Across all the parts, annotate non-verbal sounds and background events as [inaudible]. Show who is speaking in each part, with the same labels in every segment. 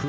Speaker 1: ク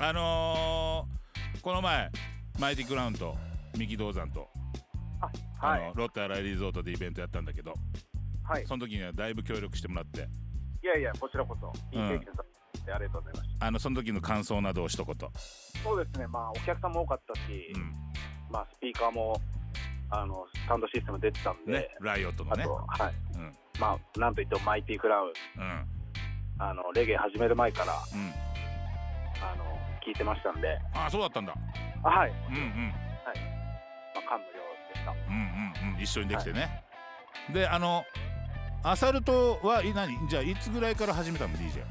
Speaker 2: あのー、この前マイティクラウンと三木道山と
Speaker 3: あは
Speaker 2: あ
Speaker 3: い
Speaker 2: の。ロッテ新井リゾートでイベントやったんだけど
Speaker 3: はい。
Speaker 2: その時にはだいぶ協力してもらって
Speaker 3: いやいや、こちらこそ、いい
Speaker 2: うん
Speaker 3: 経験させてありがとうございまし
Speaker 2: あのその時の感想などを一言、
Speaker 3: た。そうですね、まあ、お客さんも多かったし、
Speaker 2: う
Speaker 3: まあ、スピーカーも、あの、スタンドシステム出てたん
Speaker 2: ん
Speaker 3: で、
Speaker 2: ね、ライオットの
Speaker 3: あ
Speaker 2: ね
Speaker 3: と、、はい。
Speaker 2: うん
Speaker 3: まあ、なんといってもマイティクラウン、
Speaker 2: うん
Speaker 3: あの、レゲエ始める前から、
Speaker 2: うん、
Speaker 3: あの、聞いてましたんで、
Speaker 2: あそうだったんだ
Speaker 3: あはい。
Speaker 2: うんうん
Speaker 3: まあ、感無量でした。
Speaker 2: うんうんうん一緒にできてね、であのアサルトはい何じゃあいつぐらいから始めたの DJ、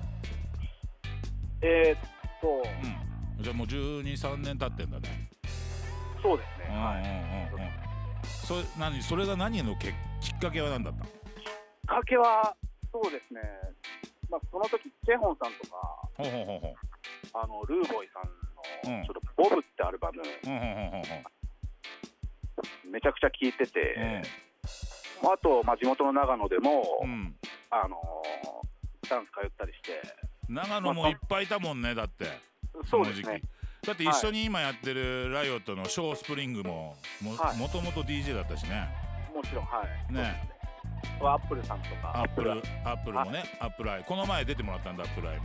Speaker 3: えー、っと、
Speaker 2: うん、じゃあもう123年経ってんだね
Speaker 3: そうです
Speaker 2: う
Speaker 3: ね、
Speaker 2: ん
Speaker 3: はい。
Speaker 2: うんうんうんそれ何それが何のけきっかけは何だった
Speaker 3: きっかけはそうですね、まあ、その時チェホンさんとか
Speaker 2: ほうほうほうほ
Speaker 3: あのルーボーイさん
Speaker 2: うん
Speaker 3: の「ちょっとボブ」ってアルバム
Speaker 2: うほうほうほうほうほう
Speaker 3: めちゃくちゃ聴いてて、
Speaker 2: うん
Speaker 3: まあ、あと、まあ、地元の長野でも、
Speaker 2: うん
Speaker 3: あのーダンス通ったりして
Speaker 2: 長野もいっぱいいたもんねだって
Speaker 3: そうですね
Speaker 2: だって一緒に今やってるライオットのショースプリングもも,、
Speaker 3: はい
Speaker 2: ともと DJ だったしね
Speaker 3: もちろんはい
Speaker 2: ね
Speaker 3: はアップルさんとか
Speaker 2: アップル
Speaker 3: は
Speaker 2: アップルもねアップルアイこの前出てもらったんだアップルアイも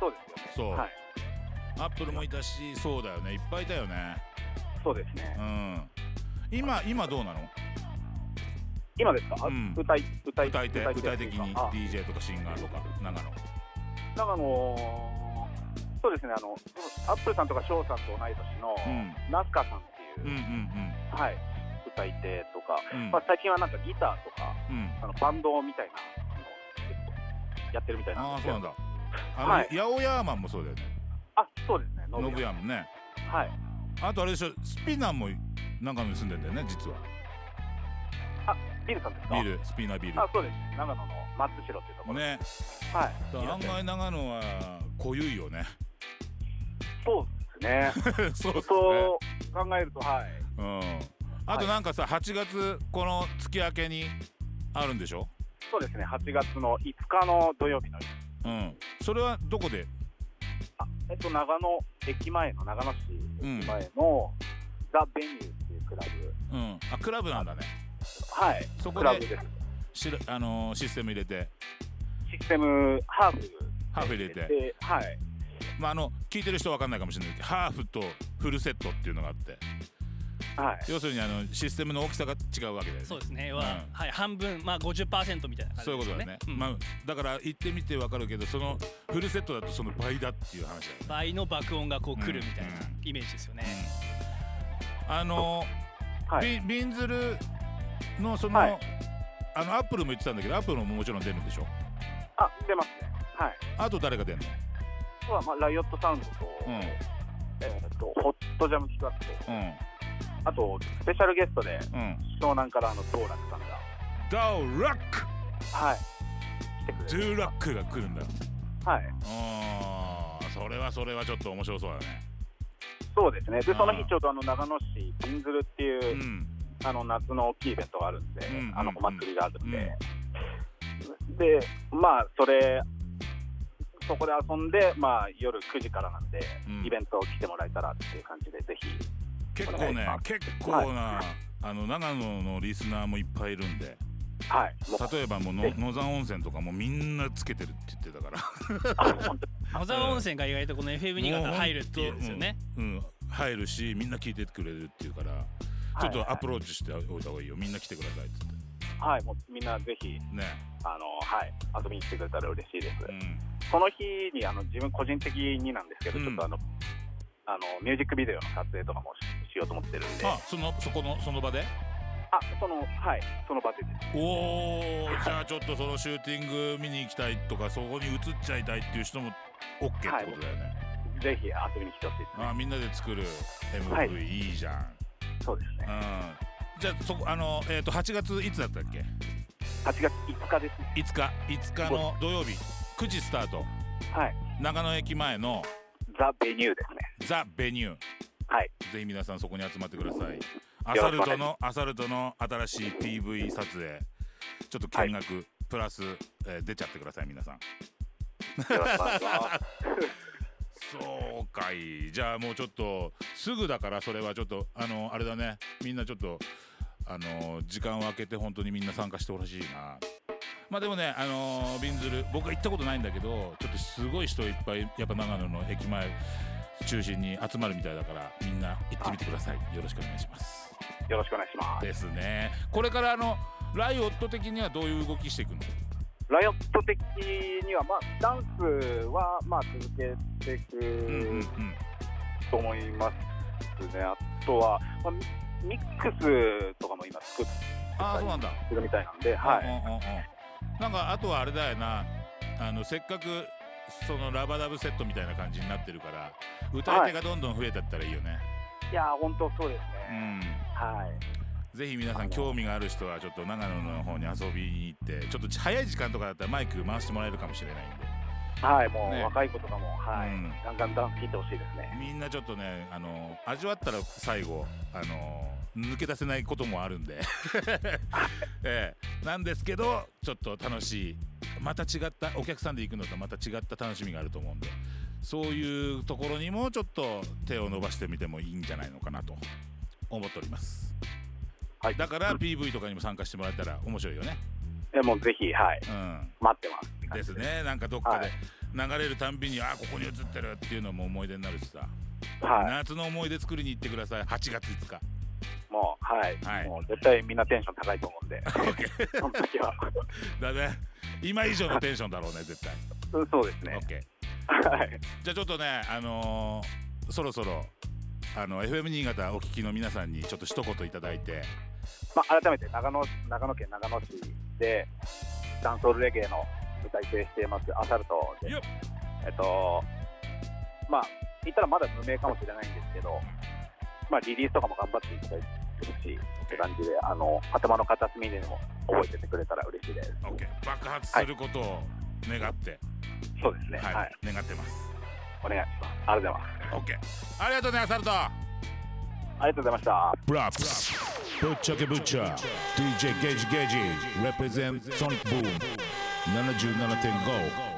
Speaker 3: そうですよね
Speaker 2: そう
Speaker 3: はい、
Speaker 2: アップルもいたしそうだよねいっぱいいたよね
Speaker 3: そうですね、
Speaker 2: うん今今どうなの
Speaker 3: 今ですか、
Speaker 2: うん
Speaker 3: 歌い歌い
Speaker 2: 具体的具体
Speaker 3: ってい
Speaker 2: 的
Speaker 3: うか
Speaker 2: に
Speaker 3: あ
Speaker 2: DJ とかシンガーとか長野
Speaker 3: 長野そうですねあのアップルさんとかショーさんと同い年の、
Speaker 2: うん
Speaker 3: ナスカさんっていう、
Speaker 2: うんうん
Speaker 3: はい、歌い手とか、
Speaker 2: うんうん
Speaker 3: まあ、最近はなんかギターとか
Speaker 2: うん
Speaker 3: あのバンドみたいなあの結構やってるみたいなん
Speaker 2: ああ
Speaker 3: です
Speaker 2: そうな
Speaker 3: よ
Speaker 2: んだあの、
Speaker 3: はい
Speaker 2: ヤオヤーマンもそうだよね
Speaker 3: あそうですね
Speaker 2: ノ
Speaker 3: ノ
Speaker 2: ブ
Speaker 3: ブヤ
Speaker 2: ヤもね
Speaker 3: はい
Speaker 2: あとあれでしょスピナーも長野に住んでんだよね実は
Speaker 3: ビールさんですか
Speaker 2: ビールスピナービール
Speaker 3: あそうです長野の松代っていうところ、
Speaker 2: ね、
Speaker 3: はい
Speaker 2: だから案外長野は濃ゆいよ
Speaker 3: [laughs]
Speaker 2: ね。
Speaker 3: そうですね
Speaker 2: [laughs] そうですね。
Speaker 3: そう考えるとはい
Speaker 2: うん。あとなんかさ、8月この月明けにあるんでしょ。
Speaker 3: そうですね8月の5日の土曜日の夜
Speaker 2: うん。それはどこで？
Speaker 3: あえっと長野駅前の長野市
Speaker 2: うん
Speaker 3: 駅前の、ザ・ベニューっていうクラブ
Speaker 2: うん。あ、クラブなんだね。
Speaker 3: はい
Speaker 2: そこ
Speaker 3: クラブ
Speaker 2: で
Speaker 3: です
Speaker 2: しらあのーシステム入れて、
Speaker 3: システムハーフ
Speaker 2: ハーフ入れて。
Speaker 3: ではい
Speaker 2: まああの聞いてる人わかんないかもしれないけど、ハーフとフルセットっていうのがあって、
Speaker 3: はい
Speaker 2: 要するにあのシステムの大きさが違うわけだよね。
Speaker 4: そうですね。は、
Speaker 2: うん
Speaker 4: はい、半分、まあ五十パーセントみたいな感じ
Speaker 2: そういう
Speaker 4: で
Speaker 2: こ
Speaker 4: す
Speaker 2: と
Speaker 4: よ
Speaker 2: だ
Speaker 4: ね。
Speaker 2: ね。
Speaker 4: うん
Speaker 2: まあだから言ってみてわかるけど、そのフルセットだとその倍だっていう話だよね。
Speaker 4: 倍の爆音がこう来るみたいな
Speaker 2: うん
Speaker 4: イメージですよね。
Speaker 2: あの
Speaker 3: は
Speaker 2: ビ
Speaker 3: い
Speaker 2: ビンズルのその、
Speaker 3: はい
Speaker 2: あのアップルも言ってたんだけどアップルももちろん出るんでしょ
Speaker 3: あ出ますねはい
Speaker 2: あと誰が出るの
Speaker 3: あとは、まあ、ライオットサウンドと,、
Speaker 2: うん
Speaker 3: えー、とホットジャム企画と
Speaker 2: うん
Speaker 3: あとスペシャルゲストで
Speaker 2: うん
Speaker 3: 湘南からあの道楽さんが
Speaker 2: ダオラック
Speaker 3: はい来てくれ
Speaker 2: ド
Speaker 3: て
Speaker 2: ゥーラックが来るんだ
Speaker 3: はい
Speaker 2: あーそれはそれはちょっと面白そうだね
Speaker 3: そうですねで
Speaker 2: あー
Speaker 3: その日ちょうどあの長野市びんずるっていうう、
Speaker 2: ん
Speaker 3: あの夏の大きいイベントがあるんで、
Speaker 2: うん
Speaker 3: あの
Speaker 2: うん
Speaker 3: お祭りがあるんで、でまあそれそこで遊んで、まあ、夜9時からなんで、
Speaker 2: うん
Speaker 3: イベントを来てもらえたらっていう感じでぜひ
Speaker 2: 結構ね
Speaker 3: はい
Speaker 2: 結構な、あの長野のリスナーもいっぱいいるんで
Speaker 3: はいもう
Speaker 2: 例えばもうの
Speaker 3: え
Speaker 2: 野山温泉とかもみんなつけてるって言ってたから [laughs]
Speaker 3: あ本当
Speaker 4: 野沢温泉が意外とこの FM 新潟入るっていうんですよね、
Speaker 2: うん、うん入るしみんな聞いてくれるっていうからちょ
Speaker 3: はい
Speaker 2: っとアプローチしておいた方がいいよみんな来てくださいっつって
Speaker 3: はいもうみんなぜひ
Speaker 2: ね、
Speaker 3: あの、はい、遊びに来てくれたら嬉しいです、
Speaker 2: うん、
Speaker 3: その日にあの自分個人的になんですけど、
Speaker 2: うん
Speaker 3: ちょっとあのあのミュージックビデオの撮影とかもししようと思ってるんであ
Speaker 2: あそのそこのその場で
Speaker 3: そのはいその場でです
Speaker 2: おおじゃあちょっとそのシューティング見に行きたいとかそこに映っちゃいたいっていう人も OK ってことだよね、
Speaker 3: ぜひ遊びに来てほしいですね
Speaker 2: あみんなで作る MV、
Speaker 3: はい
Speaker 2: い、いじゃん、
Speaker 3: そうですね
Speaker 2: うん、じゃあそこあのえっ、と8月いつだったっけ
Speaker 3: 8月5日ですね
Speaker 2: 5日5日の土曜日9時スタート
Speaker 3: はい
Speaker 2: 長野駅前の
Speaker 3: ザ・ベニューですね
Speaker 2: ザ・ベニュー
Speaker 3: はい
Speaker 2: ぜひ皆さんそこに集まってください。ア
Speaker 3: ろしく
Speaker 2: サ
Speaker 3: お願い
Speaker 2: ルトのアサルトの新しい PV 撮影ちょっと見学、プラス、えー出ちゃってください皆さん。
Speaker 3: よろしくお願いします
Speaker 2: そうかいじゃあもうちょっとすぐだからそれはちょっとあのあれだねみんなちょっとあの時間を空けて本当にみんな参加してほしいな。まあでもね、あのびんずる僕は行ったことないんだけどちょっとすごい人いっぱいやっぱ長野の駅前中心に集まるみたいだからみんな行ってみてくださいよろしくお願いします。
Speaker 3: よろしくお願いします
Speaker 2: ですねこれからあのライオット的にはどういう動きしていくの
Speaker 3: ライオット的にはまあダンスはまあ続けてい
Speaker 2: うんうんうん
Speaker 3: くと思いますね、あとは、まあ、ミミックスとかも今作っ
Speaker 2: ああそうなんだ
Speaker 3: てるみたいなんではい、
Speaker 2: うんうんうんなんかあとはあれだよなあのせっかくそのラバダブセットみたいな感じになってるから歌い手がどんどん増えてったらいいよね、
Speaker 3: いやー本当そうですね、は
Speaker 2: う
Speaker 3: い
Speaker 2: んぜひ皆さん興味がある人はちょっと長野の方に遊びに行ってちょっと早い時間とかだったらマイク回してもらえるかもしれないんで
Speaker 3: はいもう、
Speaker 2: ね
Speaker 3: 若い子とかもはい、
Speaker 2: うん
Speaker 3: ガンガンダンス聴いてほしいですね
Speaker 2: みんなちょっとねあの味わったら最後あの抜け出せないこともある
Speaker 3: [laughs]
Speaker 2: んで、ええ、なんですけどちょっと楽しいまた違ったお客さんで行くのとまた違った楽しみがあると思うんでそういうところにもちょっと手を伸ばしてみてもいいんじゃないのかなと思っております、
Speaker 3: はい
Speaker 2: だから PV とかにも参加してもらえたら面白いよね
Speaker 3: でもうぜひはい
Speaker 2: うん
Speaker 3: 待ってますって感
Speaker 2: で
Speaker 3: じ
Speaker 2: すねなんかどっか
Speaker 3: は
Speaker 2: で
Speaker 3: い
Speaker 2: 流れるたんびに、ああここに映ってるっていうのも思い出になるしさ
Speaker 3: は
Speaker 2: 夏の思い出作りに行ってください8月5日
Speaker 3: いもうはい、
Speaker 2: はい
Speaker 3: もう絶対みんなテンション高いと思うん
Speaker 2: [laughs]
Speaker 3: でその時は
Speaker 2: だね今以上のテンションだろ
Speaker 3: [laughs]
Speaker 2: うね絶対
Speaker 3: うんそうですね
Speaker 2: OK
Speaker 3: はい
Speaker 2: じゃあちょっとねあのーそろそろあの FM 新潟お聞きの皆さんにちょっと一言いただいて
Speaker 3: まあ、改めて長野長野県長野市でダンソールレゲエの歌い手していますアサルトで
Speaker 2: よっ
Speaker 3: えっとまあ言ったらまだ無名かもしれないんですけど、まあ、リリースとかも頑張っていきただいてるしって感じであの頭の片隅でも覚えててくれたら嬉しいです。
Speaker 2: OK 爆発することを願って
Speaker 3: そうですね、
Speaker 2: は、
Speaker 3: はいい
Speaker 2: 願ってます
Speaker 3: お願いします。ありがとうございます。
Speaker 2: OK ありがとうねアサルト
Speaker 3: ありがとうございました。
Speaker 1: Props. Butcher ke Butcher. DJ Gage Gage. Represent Sonic Boom. 77.5